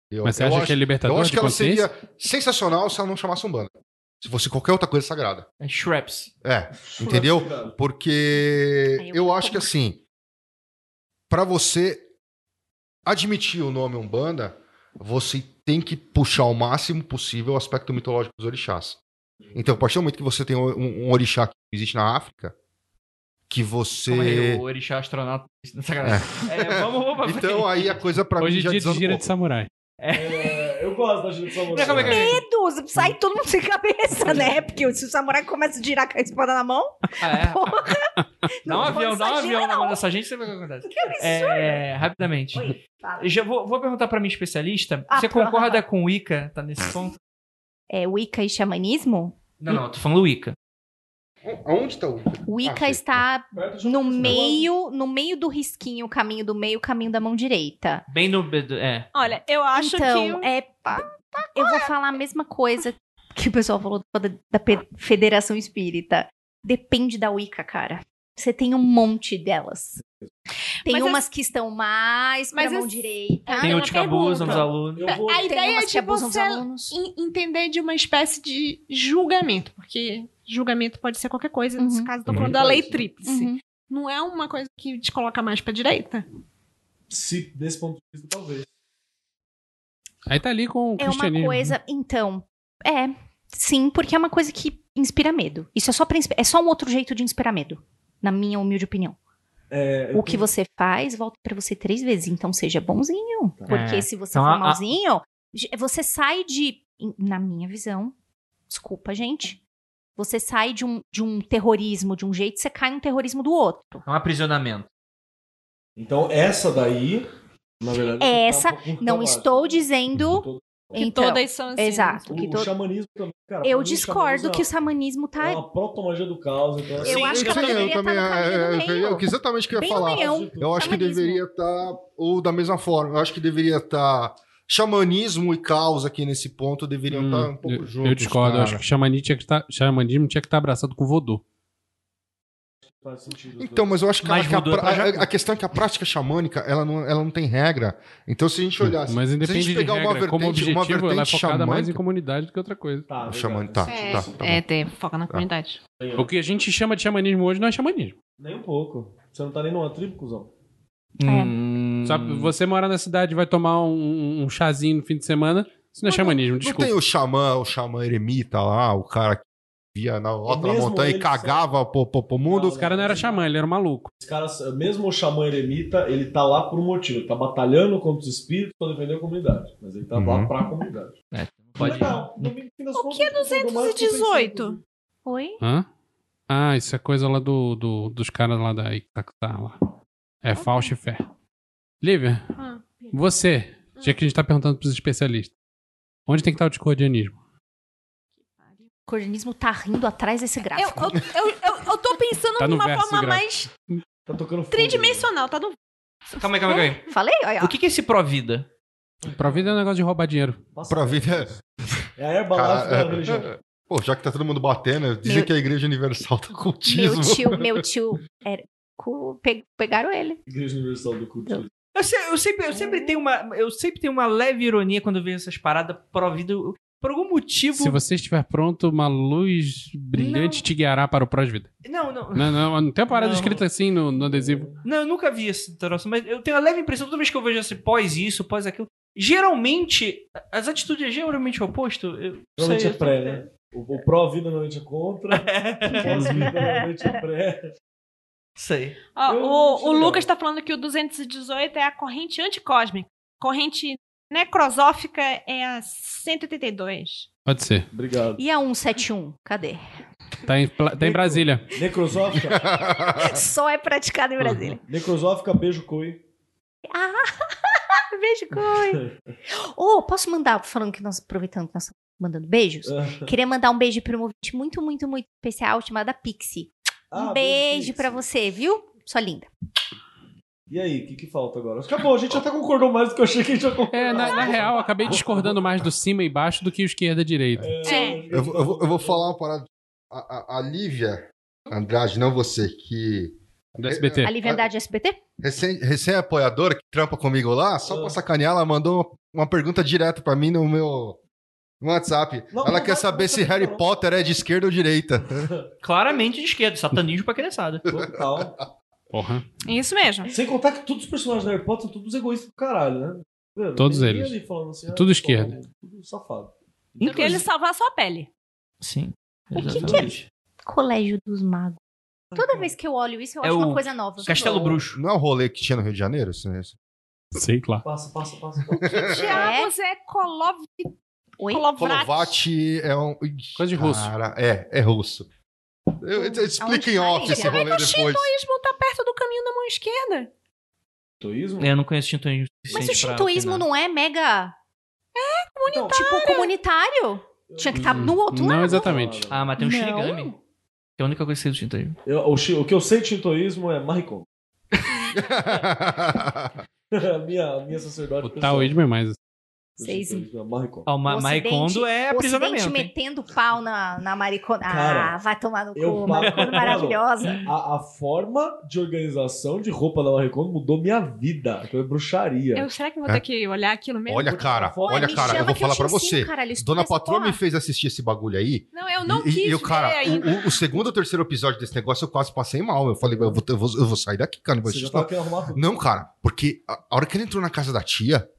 Speaker 3: Eu,
Speaker 6: Mas você
Speaker 3: eu
Speaker 6: acha
Speaker 3: acho,
Speaker 6: que é libertador
Speaker 3: eu acho
Speaker 6: de
Speaker 3: que ela
Speaker 6: consciência?
Speaker 3: seria sensacional se ela não chamasse Umbanda. Se fosse qualquer outra coisa sagrada.
Speaker 7: É Shreps.
Speaker 3: É. Entendeu? Porque
Speaker 4: Aí eu
Speaker 3: eu,
Speaker 4: vou
Speaker 3: acho que
Speaker 4: comprar.
Speaker 3: assim, pra você admitir o nome Umbanda, você tem que puxar o máximo possível o aspecto mitológico dos orixás. Então, a partir do momento que você tem um, um orixá que existe na África, que
Speaker 7: Calma aí,
Speaker 1: É,
Speaker 3: você.
Speaker 7: o orixá astronauta. Sacanagem. É, vamos, vamos pra frente.
Speaker 3: Então, aí a coisa pra
Speaker 6: Hoje
Speaker 3: mim
Speaker 6: em
Speaker 3: já
Speaker 6: dia
Speaker 3: desanda um
Speaker 6: gira de
Speaker 3: pouco.
Speaker 6: samurai.
Speaker 2: É, eu gosto da gente Samael.
Speaker 7: Não, como é que é?
Speaker 8: Medo, sai todo mundo sem cabeça, né? Porque se o samurai começa a girar com a espada na mão,
Speaker 7: Ah, é?
Speaker 8: porra,
Speaker 7: Dá um
Speaker 8: Não
Speaker 7: avião, dá um
Speaker 8: exagera,
Speaker 7: avião na mão dessa gente, você vê o que acontece.
Speaker 8: que absurdo.
Speaker 7: É, rapidamente.
Speaker 8: Oi, fala.
Speaker 7: Já vou, vou perguntar pra minha especialista.
Speaker 8: Ah,
Speaker 7: você
Speaker 8: porra.
Speaker 7: concorda com o Wicca? Tá nesse ponto?
Speaker 4: É Wicca e xamanismo?
Speaker 7: Não, não, eu tô falando Wicca.
Speaker 3: Aonde tá o
Speaker 4: Wicca
Speaker 3: Ah, sim.
Speaker 4: está
Speaker 2: Perto de
Speaker 4: no
Speaker 2: Samael.
Speaker 4: meio, no meio do risquinho, o caminho do meio, o caminho da mão direita.
Speaker 7: Bem no. É.
Speaker 5: Olha, eu acho
Speaker 4: então,
Speaker 5: que.
Speaker 4: é, eu vou falar a mesma coisa que o pessoal falou da, da pe- Federação Espírita. Depende da Wicca, cara. Você tem um monte delas. Tem
Speaker 5: Mas
Speaker 4: umas que estão mais pra
Speaker 5: Mas
Speaker 4: mão
Speaker 5: as-
Speaker 4: direita.
Speaker 7: Tem
Speaker 5: Ah,
Speaker 7: os que
Speaker 5: uma
Speaker 7: abusam dos
Speaker 5: pergunta.
Speaker 7: alunos.
Speaker 2: Eu vou...
Speaker 5: A
Speaker 4: Tem
Speaker 5: ideia é
Speaker 4: umas que
Speaker 5: de
Speaker 4: abusam dos
Speaker 5: você
Speaker 4: alunos.
Speaker 5: en- entender de uma espécie de julgamento, porque julgamento pode ser qualquer coisa, nesse
Speaker 4: Uhum.
Speaker 5: caso, tô
Speaker 6: Uhum.
Speaker 5: falando da lei tríplice.
Speaker 4: Uhum.
Speaker 5: Não é uma coisa que te coloca mais pra direita?
Speaker 2: Se desse ponto de vista, talvez.
Speaker 6: Aí tá ali com
Speaker 4: É
Speaker 6: o
Speaker 4: uma
Speaker 7: né?
Speaker 6: cristianismo.
Speaker 4: coisa. Então, é. Sim, porque é uma coisa que inspira medo. Isso é só, pra inspi- é só um outro jeito de inspirar medo. Na minha humilde opinião.
Speaker 2: É, eu
Speaker 4: O que você faz volta pra você três vezes. Então seja bonzinho. Porque
Speaker 7: É.
Speaker 4: se você
Speaker 7: Então,
Speaker 4: for
Speaker 7: a- a-
Speaker 4: malzinho, j- você sai de. em- Na minha visão, desculpa, gente. Você sai de um, de um terrorismo de um jeito, você cai num terrorismo do outro.
Speaker 7: É um aprisionamento.
Speaker 2: Então, essa daí, na verdade. você tá
Speaker 4: Essa,
Speaker 2: um
Speaker 3: Então,
Speaker 2: pouco pra
Speaker 4: Não
Speaker 2: baixo.
Speaker 4: estou
Speaker 7: Uhum.
Speaker 4: dizendo.
Speaker 5: Que
Speaker 4: Então,
Speaker 5: todas são assim.
Speaker 4: exato. que
Speaker 2: O,
Speaker 4: todo-
Speaker 2: o xamanismo também, cara. pra
Speaker 4: Eu
Speaker 2: mim, é o
Speaker 4: discordo
Speaker 2: xamanismo
Speaker 4: que o
Speaker 2: é
Speaker 4: xamanismo
Speaker 2: uma- É
Speaker 4: tá.
Speaker 2: uma protomagia do caos. Então,
Speaker 4: Eu acho que ela
Speaker 3: Sim,
Speaker 4: deveria estar no
Speaker 3: também,
Speaker 4: caminho do
Speaker 3: é, é,
Speaker 4: meio.
Speaker 3: é o que exatamente que eu ia
Speaker 4: Bem no
Speaker 3: falar.
Speaker 4: meio. eu-
Speaker 3: Eu acho que
Speaker 4: Tipo, Xamanismo.
Speaker 3: deveria estar, ou da mesma forma, eu acho que deveria estar. xamanismo e caos aqui nesse ponto deveriam estar um pouco
Speaker 6: Hum, eu,
Speaker 3: juntos.
Speaker 6: eu discordo,
Speaker 3: cara.
Speaker 6: eu acho que xamanismo tinha que estar, xamanismo tinha que estar abraçado com vodô.
Speaker 2: Faz sentido.
Speaker 3: Então, mas eu acho que,
Speaker 7: Mas
Speaker 3: a- que a,
Speaker 7: mudou
Speaker 3: pra-
Speaker 7: pra
Speaker 3: a-
Speaker 7: Jacu.
Speaker 3: a questão é que a prática xamânica ela não, ela não tem regra. Então, se a gente olhar. se-
Speaker 6: Hum, Mas
Speaker 3: se a
Speaker 6: independe
Speaker 3: gente
Speaker 6: de
Speaker 3: pegar
Speaker 6: regra,
Speaker 3: uma vertente,
Speaker 6: como
Speaker 3: uma
Speaker 6: objetivo,
Speaker 3: vertente
Speaker 6: ela é focada mais em
Speaker 3: xamânica.
Speaker 6: comunidade do que outra coisa.
Speaker 2: Tá,
Speaker 3: O
Speaker 2: verdade.
Speaker 3: xamânico tá,
Speaker 5: É,
Speaker 3: tá, tá bom.
Speaker 5: é tem, foca na comunidade.
Speaker 2: Tem, ó.
Speaker 6: O que a gente chama de xamanismo hoje não é xamanismo.
Speaker 2: Nem um pouco. Você não tá nem numa tribo, cuzão.
Speaker 4: É.
Speaker 7: Hum,
Speaker 6: Sabe, você mora na cidade e vai tomar um, um chazinho no fim de semana, isso não é xamanismo,
Speaker 3: Não
Speaker 6: desculpa.
Speaker 3: tem o xamã, o xamã eremita lá, o cara que via na outra
Speaker 2: É mesmo
Speaker 3: montanha e
Speaker 2: ele
Speaker 3: cagava pro, pro, pro mundo.
Speaker 6: O cara não era xamã, ele era um maluco.
Speaker 2: Esse cara, mesmo o xamã eremita, ele tá lá por um motivo. Ele tá batalhando contra os espíritos pra defender a comunidade. Mas ele tá
Speaker 3: Uhum.
Speaker 2: lá pra comunidade.
Speaker 7: pode
Speaker 2: Legal. No fim das
Speaker 5: O
Speaker 2: contas,
Speaker 5: que é
Speaker 2: tudo mais que eu pensei,
Speaker 5: 218?
Speaker 4: Oi?
Speaker 6: Hã? Ah, isso é coisa lá do, do- dos caras lá da Ictactar lá. É falso e fé. Lívia,
Speaker 5: Ah.
Speaker 6: você, já que a gente tá perguntando pros especialistas, onde tem que estar o discordianismo?
Speaker 4: O cordianismo tá rindo atrás desse
Speaker 5: Eu,
Speaker 4: gráfico.
Speaker 5: eu, eu, eu, eu tô pensando
Speaker 6: Tá no
Speaker 5: numa
Speaker 6: verso
Speaker 5: forma
Speaker 6: gráfico.
Speaker 5: mais
Speaker 2: Tá tocando fogo.
Speaker 5: tridimensional, tá no.
Speaker 7: Calma aí, calma aí, calma aí.
Speaker 4: Falei? Olha, ó.
Speaker 7: O que, que é esse pró-vida?
Speaker 6: Pra vida é um negócio de roubar dinheiro.
Speaker 2: Passa-
Speaker 3: Pra vida.
Speaker 2: É a
Speaker 3: Cara,
Speaker 2: Herbalife da religião.
Speaker 3: é- Pô, já que tá todo mundo batendo, dizem
Speaker 4: Meu-
Speaker 3: que a Igreja Universal tá com
Speaker 4: Meu
Speaker 3: autismo.
Speaker 4: tio, meu tio. Era... cu- pe- Pegaram ele.
Speaker 2: Igreja Universal do Culto.
Speaker 7: Eu, se- eu sempre, eu sempre tenho uma, eu sempre tenho uma leve ironia quando eu vejo essas paradas pró-vida. Eu- Por algum motivo.
Speaker 6: Se você estiver pronto, uma luz brilhante te guiará para o prós-vida.
Speaker 7: Não, não,
Speaker 6: Não, não, não tem uma parada
Speaker 7: Não.
Speaker 6: escrita assim no, no adesivo.
Speaker 7: não, eu nunca vi esse troço, mas eu tenho a leve impressão toda vez que eu vejo esse pós isso, pós aquilo. Geralmente, as atitudes é geralmente o oposto. Eu,
Speaker 2: Normalmente
Speaker 7: sei,
Speaker 2: é pré, né? O, o pró-vida normalmente é contra. O pós-vida normalmente é pré.
Speaker 7: Sei.
Speaker 5: Ó,
Speaker 2: Eu acho
Speaker 5: o, o
Speaker 2: legal.
Speaker 5: Lucas tá falando que o 218 é a corrente anticósmica. Corrente necrosófica é a 182.
Speaker 6: Pode ser.
Speaker 2: Obrigado.
Speaker 4: E a 171? Cadê?
Speaker 6: Tá em, Pla- tá em Brasília.
Speaker 2: Necrosófica.
Speaker 4: Só é praticado em Brasília.
Speaker 2: Necrosófica, beijo, coi.
Speaker 7: Ah,
Speaker 4: Beijo, coi. oh, posso mandar, falando que nós aproveitando que nós estamos mandando beijos?
Speaker 7: Ah.
Speaker 4: Queria mandar um beijo para um ouvinte muito, muito, muito especial chamada Pixie. Um
Speaker 2: Ah,
Speaker 4: beijo pra
Speaker 2: Pix.
Speaker 4: você, viu? Sua linda.
Speaker 2: E aí, o que, que falta agora? Acabou, a gente até concordou mais do que eu achei que a gente ia concordar.
Speaker 6: É, na, na real, eu acabei discordando mais do cima e baixo do que o esquerda e direita.
Speaker 5: É.
Speaker 3: Eu, vou- eu vou- eu vou falar uma parada. A, a- a Lívia Andrade, não você, que é,
Speaker 6: Do SBT.
Speaker 7: É,
Speaker 4: A
Speaker 7: ah.
Speaker 4: Liviandade SBT?
Speaker 3: recém- recém-apoiadora, que trampa comigo lá, só pra sacanear, ela mandou uma, uma pergunta direta pra mim no meu no WhatsApp.
Speaker 2: Não,
Speaker 3: ela
Speaker 2: não
Speaker 3: quer
Speaker 2: vai-
Speaker 3: saber
Speaker 2: você
Speaker 3: se
Speaker 2: não
Speaker 3: Harry
Speaker 2: falou.
Speaker 3: Potter é de esquerda ou direita.
Speaker 7: Claramente de esquerda, satanismo pra criançada.
Speaker 2: Total.
Speaker 6: Porra.
Speaker 5: Uhum. Isso mesmo.
Speaker 2: Sem contar que todos os personagens da Harry Potter são todos egoístas do caralho, né? Mano,
Speaker 6: Todos
Speaker 2: tem ninguém
Speaker 6: eles.
Speaker 2: ali falando assim,
Speaker 6: É
Speaker 2: ah,
Speaker 6: tudo
Speaker 2: pô,
Speaker 6: esquerda.
Speaker 2: Tudo safado.
Speaker 5: Eu queria ele salvar a sua pele.
Speaker 7: Sim.
Speaker 4: O que é
Speaker 7: exatamente.
Speaker 4: Colégio dos Magos. Toda vez que eu olho isso, eu
Speaker 7: Ah, É
Speaker 4: acho
Speaker 7: o
Speaker 4: uma coisa nova.
Speaker 7: Castelo Bruxo.
Speaker 3: Não é o rolê que tinha no Rio de Janeiro? Assim, né?
Speaker 6: Sei lá.
Speaker 2: Passa, passa, passa.
Speaker 5: Tiago Zé Kolov...
Speaker 4: Oi?
Speaker 5: Kolovrat.
Speaker 3: Kolovat é um. Ih,
Speaker 6: Coisa de russo.
Speaker 3: Cara, é, é russo. Eu, eu, eu explico em
Speaker 4: tá
Speaker 3: off
Speaker 4: isso?
Speaker 3: esse
Speaker 4: Como
Speaker 3: rolê depois.
Speaker 5: É O shintoísmo tá perto do caminho da mão esquerda.
Speaker 2: Toísmo?
Speaker 7: É, eu não conheço shintoísmo.
Speaker 4: Mas o
Speaker 7: suficiente pra
Speaker 4: shintoísmo
Speaker 7: opinar.
Speaker 4: não é mega,
Speaker 2: Não,
Speaker 4: tipo, comunitário? Tinha É que estar
Speaker 3: Uhum.
Speaker 4: no outro
Speaker 6: Não
Speaker 4: lado.
Speaker 6: exatamente.
Speaker 7: Ah, mas tem um
Speaker 4: Não.
Speaker 7: shinigami. Que é a única coisa que eu sei do shintoísmo.
Speaker 2: Eu- o, chi- o que eu sei de shintoísmo é Maricon. a minha, a minha sacerdote.
Speaker 6: O taoísmo é mais. assim.
Speaker 4: Vocês-
Speaker 2: é Maricon.
Speaker 7: Ah, o
Speaker 4: O
Speaker 7: Ma-
Speaker 4: Ocidente-
Speaker 7: Maikondo é
Speaker 4: O Ocidente
Speaker 7: aprisionamento. hein?
Speaker 4: metendo pau na, na maricona.
Speaker 2: Cara,
Speaker 4: Ah, vai tomar no
Speaker 2: eu
Speaker 4: cu.
Speaker 2: falo-
Speaker 4: Maricona maravilhosa.
Speaker 2: A, a forma de organização de roupa da Maricon mudou minha vida. Então é bruxaria.
Speaker 5: Eu, será que
Speaker 6: É.
Speaker 5: eu vou ter que olhar aquilo mesmo?
Speaker 3: Olha, cara,
Speaker 2: Ué,
Speaker 3: olha,
Speaker 4: me
Speaker 3: cara, eu
Speaker 4: chama
Speaker 3: vou
Speaker 4: que
Speaker 3: falar
Speaker 4: te
Speaker 3: pra
Speaker 4: ensino,
Speaker 3: você.
Speaker 4: caralho, estuda
Speaker 3: Dona
Speaker 4: essa
Speaker 3: Patroa
Speaker 4: porra.
Speaker 3: me fez assistir esse bagulho aí.
Speaker 5: Não, eu não
Speaker 3: e, e-
Speaker 5: quis
Speaker 3: e o
Speaker 5: ver
Speaker 3: cara,
Speaker 5: ainda.
Speaker 3: o, o- o segundo ou terceiro episódio desse negócio, eu quase passei mal. Eu falei, eu vou, eu vou, eu vou sair daqui, cara. não vou
Speaker 2: Você já tá-
Speaker 3: assistir,
Speaker 2: tava
Speaker 3: não.
Speaker 2: querendo arrumar tudo.
Speaker 3: Não, cara, porque a, a hora que ele entrou na casa da tia,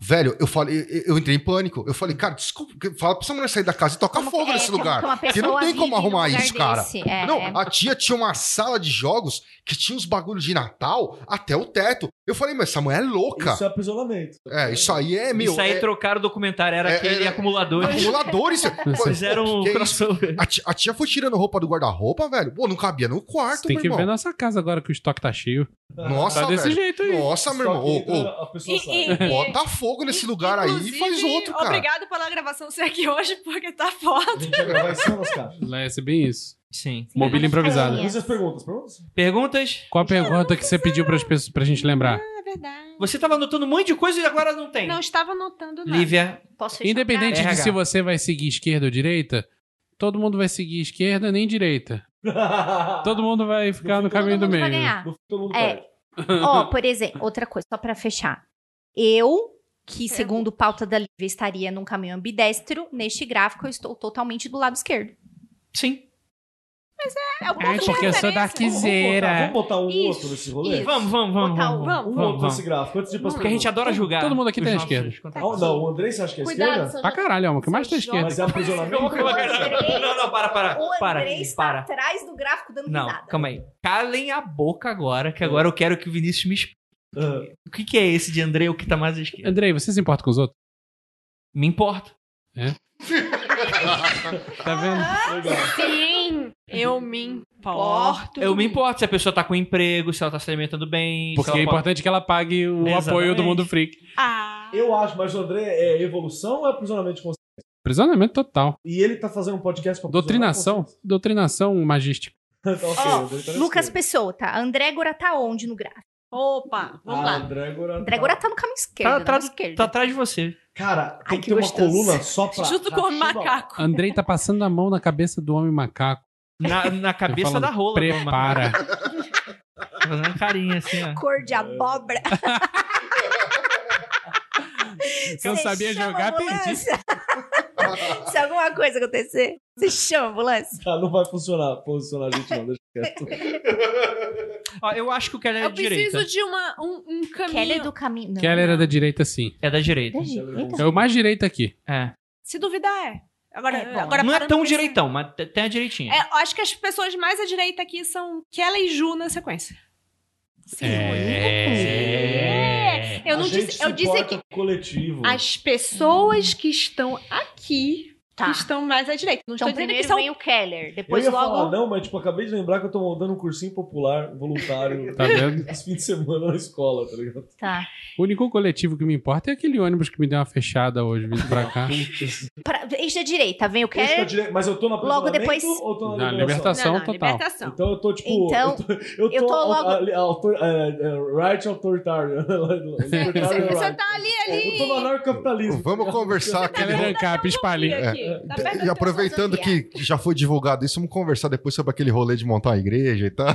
Speaker 3: velho, eu falei, eu, eu entrei em pânico. Eu falei, cara, desculpa, que- fala pra essa mulher sair da casa e tocar
Speaker 4: Como-
Speaker 3: fogo
Speaker 4: é,
Speaker 3: nesse
Speaker 4: como
Speaker 3: lugar.
Speaker 4: que uma
Speaker 3: Porque não
Speaker 4: pessoa
Speaker 3: tem
Speaker 4: vive
Speaker 3: como
Speaker 4: num
Speaker 3: arrumar
Speaker 4: lugar
Speaker 3: isso, cara.
Speaker 4: desse? É,
Speaker 3: não,
Speaker 4: é.
Speaker 3: a tia tinha uma sala de jogos que tinha uns bagulho de Natal até o teto. Eu falei, mas essa mulher é louca.
Speaker 2: Isso é aprisionamento.
Speaker 3: É, isso aí é, meu.
Speaker 7: Isso aí
Speaker 3: é-
Speaker 7: trocaram o documentário, era
Speaker 3: é-
Speaker 7: aquele
Speaker 3: é-
Speaker 7: acumulador.
Speaker 3: acumulador, isso.
Speaker 7: Fizeram
Speaker 3: Pô,
Speaker 7: o
Speaker 3: que é isso?
Speaker 7: crossover.
Speaker 3: A ti- a tia foi tirando roupa do guarda-roupa, velho. Pô, não cabia no quarto,
Speaker 6: Tem
Speaker 3: meu
Speaker 6: que
Speaker 3: irmão.
Speaker 6: ver nossa casa agora que o estoque tá cheio.
Speaker 3: Nossa,
Speaker 6: Tá desse
Speaker 3: velho.
Speaker 6: jeito aí.
Speaker 3: Nossa, meu irmão.
Speaker 2: Só que
Speaker 3: Ô, ô,
Speaker 2: a pessoa sai.
Speaker 3: bota fogo nesse lugar aí e faz
Speaker 5: Inclusive,
Speaker 3: outro, cara.
Speaker 5: Obrigado pela gravação ser aqui hoje, porque tá foda.
Speaker 2: A gente vai gravar em cima das caixas.
Speaker 6: Lá ia ser É, bem isso.
Speaker 7: Sim.
Speaker 4: é.
Speaker 6: Mobília improvisada.
Speaker 4: Yes.
Speaker 2: Vamos às perguntas, perguntas?
Speaker 7: Perguntas?
Speaker 6: Qual a pergunta que você pediu pras pessoas, pra gente lembrar?
Speaker 5: É verdade.
Speaker 7: Você tava anotando um monte de coisa e agora não tem.
Speaker 5: Não estava anotando nada.
Speaker 7: Lívia,
Speaker 4: Posso fechar?
Speaker 6: Independente de
Speaker 7: RH.
Speaker 6: se você vai seguir esquerda ou direita, todo mundo vai seguir esquerda nem direita. Todo mundo vai ficar no
Speaker 2: Todo
Speaker 6: caminho do
Speaker 4: mundo vai
Speaker 6: meio.
Speaker 4: ganhar.
Speaker 2: No- Todo mundo
Speaker 4: É.
Speaker 2: perde.
Speaker 4: Ó, por exemplo, outra coisa, só pra fechar. Eu, que segundo pauta da Lívia estaria num caminho ambidestro, neste gráfico eu estou totalmente do lado esquerdo.
Speaker 7: Sim.
Speaker 5: É o
Speaker 6: Ai, porque eu sou
Speaker 5: da
Speaker 2: Vamos botar,
Speaker 6: darkzeira.
Speaker 2: vamos botar um
Speaker 5: Isso,
Speaker 2: outro nesse rolê?
Speaker 5: isso.
Speaker 7: Vamos, vamos, vamos.
Speaker 4: Botar o-
Speaker 7: vamos,
Speaker 5: vamos,
Speaker 2: Um
Speaker 7: vamos,
Speaker 2: outro
Speaker 7: vamos.
Speaker 2: nesse gráfico, antes de ir pras
Speaker 7: Porque a gente
Speaker 2: perguntas.
Speaker 7: adora julgar.
Speaker 6: Todo mundo aqui
Speaker 7: os
Speaker 6: tá à
Speaker 7: nossos
Speaker 6: esquerda.
Speaker 7: contratos.
Speaker 2: Ah, não, o Andrei você acha que é esquerda?
Speaker 4: seu
Speaker 6: Pra caralho, Alma, o que mais tá à esquerda?
Speaker 2: Mas é aprisionamento?
Speaker 7: Vamos pela galera. Não, não, para, para.
Speaker 4: O
Speaker 7: Para,
Speaker 4: André está
Speaker 7: para.
Speaker 4: atrás do gráfico dando
Speaker 7: Não,
Speaker 4: risada.
Speaker 7: calma aí. Calem a boca agora, que agora eu quero que o Vinícius me explique.
Speaker 2: Ah,
Speaker 7: O que, que é esse de Andrei, o que tá mais à esquerda?
Speaker 6: Andrei, você se importa com os outros?
Speaker 7: Me importa.
Speaker 6: Tá vendo?
Speaker 2: Ah, legal.
Speaker 5: Sim, eu me importo.
Speaker 7: Eu me importo se a pessoa tá com emprego, se ela tá se alimentando bem.
Speaker 6: Porque
Speaker 7: se
Speaker 6: é
Speaker 7: ela pode-
Speaker 6: importante que ela pague o
Speaker 7: Exatamente.
Speaker 6: apoio do mundo freak.
Speaker 5: Ah,
Speaker 2: Eu acho, mas o André é evolução ou é aprisionamento de consciência?
Speaker 6: Aprisionamento total.
Speaker 2: E ele tá fazendo um podcast pra
Speaker 6: Doutrinação. Doutrinação magística.
Speaker 2: Então, ok,
Speaker 4: Ó,
Speaker 2: o André tá na
Speaker 4: Lucas
Speaker 2: esquerda.
Speaker 4: Pessoa, tá? André Gora tá onde no gráfico?
Speaker 5: opa, vamos
Speaker 2: Ah,
Speaker 5: lá.
Speaker 2: André Gora.
Speaker 4: André Gora tá no caminho esquerdo,
Speaker 7: Tá- tá-
Speaker 4: tá, esquerdo.
Speaker 7: Tá atrás de você.
Speaker 2: Cara, tem
Speaker 4: Ai,
Speaker 2: que
Speaker 4: que
Speaker 2: ter uma
Speaker 4: gostoso.
Speaker 2: coluna só pra.
Speaker 5: Junto com o macaco.
Speaker 6: Andrei tá passando a mão na cabeça do homem macaco.
Speaker 7: Na, na cabeça
Speaker 6: falo,
Speaker 7: da rola.
Speaker 6: Prepara.
Speaker 7: Tá Fazendo uma carinha assim, ó.
Speaker 4: Cor de abóbora.
Speaker 6: Eu não
Speaker 4: Você
Speaker 6: sabia
Speaker 4: chama a
Speaker 6: jogar,
Speaker 4: ambulância? Se alguma coisa acontecer, você chama a ambulância.
Speaker 2: Tá, não vai funcionar. Posicionar a gente, não, deixa quieto.
Speaker 7: Ó, Eu acho que o Keller é
Speaker 5: Eu
Speaker 7: da direita.
Speaker 5: preciso de uma, um, um caminho.
Speaker 4: Keller do caminho. Não,
Speaker 6: Keller
Speaker 4: não.
Speaker 6: é da direita, sim.
Speaker 7: É da direita.
Speaker 5: Hum,
Speaker 6: É o mais direito aqui.
Speaker 7: É.
Speaker 5: Se duvidar, é. Agora,
Speaker 4: É bom.
Speaker 5: agora
Speaker 7: Não é
Speaker 5: parando
Speaker 7: tão
Speaker 5: pra pensar.
Speaker 7: direitão, mas te- tem a direitinha.
Speaker 5: É, eu acho que as pessoas mais à direita aqui são Kelly e Ju na sequência. Sim.
Speaker 6: É.
Speaker 5: Eu não
Speaker 2: a gente
Speaker 5: disse, eu disse
Speaker 2: suporta
Speaker 5: que
Speaker 2: coletivo.
Speaker 5: as pessoas que estão aqui
Speaker 4: Tá.
Speaker 5: que estão mais à direita. Não
Speaker 4: Então
Speaker 5: estou dizendo
Speaker 4: primeiro
Speaker 5: que são
Speaker 4: vem o Keller,
Speaker 2: Eu
Speaker 4: depois
Speaker 2: ia
Speaker 4: logo...
Speaker 2: falar, não, mas tipo, acabei de lembrar que eu tô montando um cursinho popular voluntário
Speaker 6: Tá vendo?
Speaker 2: nos fins de semana na escola, tá ligado?
Speaker 4: Tá.
Speaker 6: O único coletivo que me importa é aquele ônibus que me deu uma fechada hoje, vindo pra cá.
Speaker 4: Pra... Este da direita, vem o
Speaker 2: Esse que eu
Speaker 4: Keller.
Speaker 2: dire- Mas eu tô na
Speaker 4: Logo depois-
Speaker 2: ou tô na,
Speaker 6: Na
Speaker 2: liberação?
Speaker 6: libertação total.
Speaker 5: libertação.
Speaker 2: Então eu tô tipo. eu
Speaker 4: Então,
Speaker 2: tô,
Speaker 4: eu tô logo-
Speaker 2: ali- autor- é, é, right autoritário. Autoritário
Speaker 5: Você
Speaker 2: right.
Speaker 5: tá ali,
Speaker 2: É, Eu tô no
Speaker 5: ali.
Speaker 2: anarcocapitalismo.
Speaker 3: Vamos conversar aqui. né?
Speaker 6: Keller Ancap, espalhe.
Speaker 5: aqui. Tá perto
Speaker 3: E
Speaker 5: das
Speaker 3: aproveitando
Speaker 5: pessoas aqui,
Speaker 3: que, que já foi divulgado isso, vamos conversar depois sobre aquele rolê de montar a igreja e tal.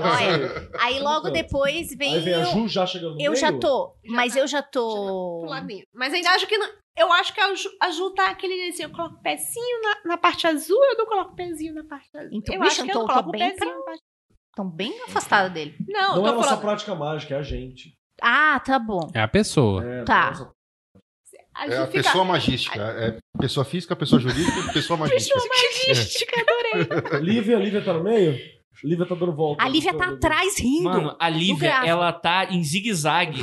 Speaker 4: olha, aí logo depois vem,
Speaker 2: Então, Aí vem a
Speaker 4: o...
Speaker 2: Ju já chegando no
Speaker 4: Eu
Speaker 2: meio.
Speaker 4: já tô,
Speaker 5: Já
Speaker 4: mas
Speaker 5: tá.
Speaker 4: eu já
Speaker 5: é, pro
Speaker 2: tá
Speaker 4: tô...
Speaker 5: ladinho. Mas ainda acho que não. Eu acho que a Ju, a Ju tá aquele assim, eu coloco o pezinho na, na parte azul, eu não coloco o pezinho na parte azul.
Speaker 4: Então,
Speaker 5: eu
Speaker 4: bicho,
Speaker 5: acho que
Speaker 4: então
Speaker 5: eu não
Speaker 4: eu tô
Speaker 5: coloco o
Speaker 4: bem
Speaker 5: pezinho na parte
Speaker 4: Tão bem afastada dele.
Speaker 5: Não,
Speaker 2: Não
Speaker 5: eu tô
Speaker 2: é a nossa
Speaker 5: falando.
Speaker 2: prática mágica, é a gente.
Speaker 4: Ah, tá bom.
Speaker 6: É a pessoa.
Speaker 2: É,
Speaker 4: Tá.
Speaker 2: nossa-
Speaker 5: A Ju
Speaker 3: É a
Speaker 5: fica.
Speaker 3: pessoa magística. É pessoa física, pessoa jurídica e pessoa magística.
Speaker 5: Pessoa magística, adorei.
Speaker 2: Lívia, Lívia tá no meio? Lívia tá dando volta.
Speaker 4: A Lívia tá atrás rindo.
Speaker 7: Mano, a Lívia,
Speaker 4: gráfico.
Speaker 7: ela tá em zigue-zague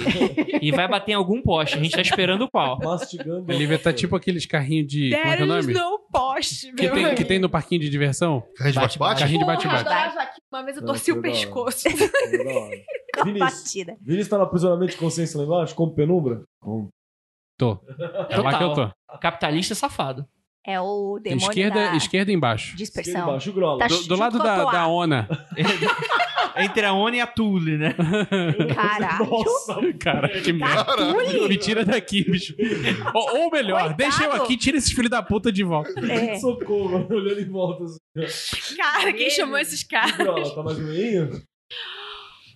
Speaker 7: e vai bater em algum poste. A gente tá esperando qual.
Speaker 2: Mastigando.
Speaker 6: A Lívia tá tipo aqueles carrinhos de. Como é que é o
Speaker 5: There is
Speaker 6: nome?
Speaker 5: no post,
Speaker 6: Que
Speaker 5: meu
Speaker 6: tem,
Speaker 5: amigo.
Speaker 6: que tem no parquinho de diversão?
Speaker 3: Carrinho de
Speaker 7: Bate,
Speaker 3: bate-bate?
Speaker 6: Carrinho de
Speaker 5: Porra,
Speaker 6: bate-bate.
Speaker 5: eu adorava aqui. Uma vez eu
Speaker 2: Nossa,
Speaker 5: torci o
Speaker 2: que da hora.
Speaker 5: pescoço.
Speaker 2: É da hora.
Speaker 4: com a
Speaker 2: Vinícius.
Speaker 4: batida.
Speaker 2: Vinícius tá no aprisionamento de consciência lá embaixo? Como penumbra? Como?
Speaker 6: É lá que eu tô.
Speaker 7: Capitalista safado.
Speaker 4: É o demônio
Speaker 6: Esquerda,
Speaker 4: da
Speaker 6: esquerda embaixo.
Speaker 2: Esquerda
Speaker 4: dispersão.
Speaker 2: embaixo, o Grola.
Speaker 4: Tá
Speaker 6: Do, do
Speaker 4: Junto
Speaker 6: lado
Speaker 4: com
Speaker 6: da,
Speaker 4: a
Speaker 6: da
Speaker 4: toa.
Speaker 6: ONA.
Speaker 7: Entre a ONI e a Tule, né?
Speaker 4: Caralho.
Speaker 2: Nossa,
Speaker 6: Cara,
Speaker 4: Tá
Speaker 6: que merda. Me tira daqui, bicho. Ou, ou melhor,
Speaker 4: Coitado.
Speaker 6: deixa eu aqui, tira esses filhos da puta de volta.
Speaker 4: É.
Speaker 2: socorro, mano, olhando em volta. Assim.
Speaker 5: Cara, quem chamou esses caras?
Speaker 2: O Grola tá mais no meio?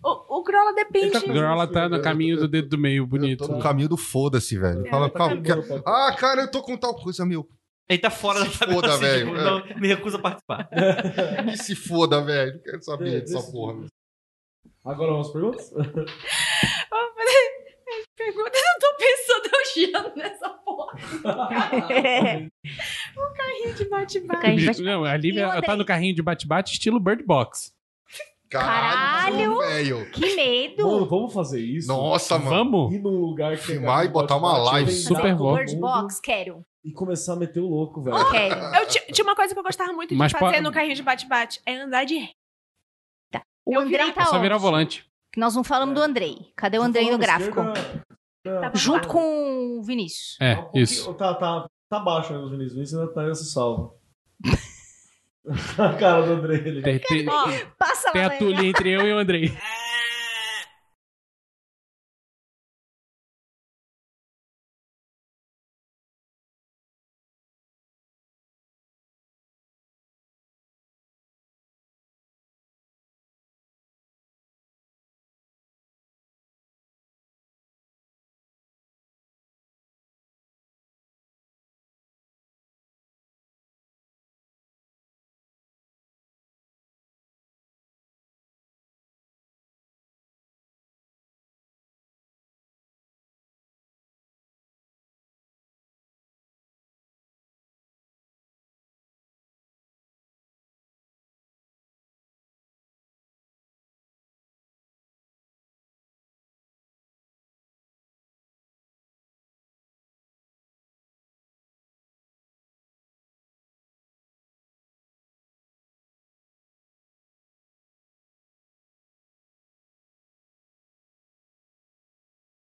Speaker 5: O, o Grola depende.
Speaker 2: tá- Ele tá-
Speaker 6: Grola tá no caminho do dedo do meio,
Speaker 3: Eu
Speaker 6: bonito.
Speaker 3: tô no caminho do foda-se, velho. Fala,
Speaker 2: Tá
Speaker 3: fala,
Speaker 2: pegando o papel.
Speaker 3: ah, cara, eu tô com tal coisa, meu.
Speaker 7: Ele tá fora
Speaker 3: Se
Speaker 7: da tabela.
Speaker 3: foda,
Speaker 7: assim,
Speaker 3: velho.
Speaker 7: tipo,
Speaker 3: É.
Speaker 7: não, me recusa a participar.
Speaker 3: Que se foda, velho. Não quero
Speaker 2: É,
Speaker 3: saber
Speaker 2: desse
Speaker 3: dessa porra. meu.
Speaker 2: Agora vamos às perguntas?
Speaker 5: Pergunta, eu tô pensando eu girando nessa porra
Speaker 2: tá
Speaker 5: de bate-bate.
Speaker 4: É. Fica aí,
Speaker 6: Não,
Speaker 4: E
Speaker 6: a
Speaker 4: o
Speaker 6: Lívia
Speaker 4: Andrei?
Speaker 6: é- tá no carrinho de bate-bate, estilo Bird Box.
Speaker 3: Caralho, velho.
Speaker 4: Que medo!
Speaker 2: Mano, vamos fazer isso?
Speaker 3: Nossa, mano.
Speaker 6: Vamos?
Speaker 2: Ir num lugar que.
Speaker 3: Filmar
Speaker 2: a
Speaker 3: e botar uma
Speaker 2: bate-bate,
Speaker 3: live.
Speaker 2: inventar
Speaker 6: Super
Speaker 2: todo
Speaker 6: bom.
Speaker 4: é Bird
Speaker 2: mundo
Speaker 4: Box, quero.
Speaker 2: E começar a meter o louco, velho.
Speaker 4: Quero.
Speaker 5: Eu ti- tinha uma coisa que eu gostava muito de
Speaker 6: Mas
Speaker 5: fazer
Speaker 6: pa-
Speaker 5: no carrinho de bate-bate. É andar de...
Speaker 4: O
Speaker 5: Eu
Speaker 4: Andrei
Speaker 5: virei-
Speaker 4: tá
Speaker 6: É só virar o
Speaker 4: onde?
Speaker 6: volante.
Speaker 4: Que Nós não falamos do Andrei. Cadê o Andrei no
Speaker 2: Falando
Speaker 4: gráfico?
Speaker 2: É. esquerda- Tá,
Speaker 4: Junto com o Vinícius.
Speaker 6: É,
Speaker 2: tá um pouquinho-
Speaker 6: isso.
Speaker 2: Tá, tá, tá baixo, né, os Vinícius? Vinícius ainda tá nessa salva. a cara do André. Ele...
Speaker 6: Tem, tem-
Speaker 5: Ó,
Speaker 8: Passa lá,
Speaker 6: tem a
Speaker 8: né?
Speaker 6: tulha entre eu e o Andrei.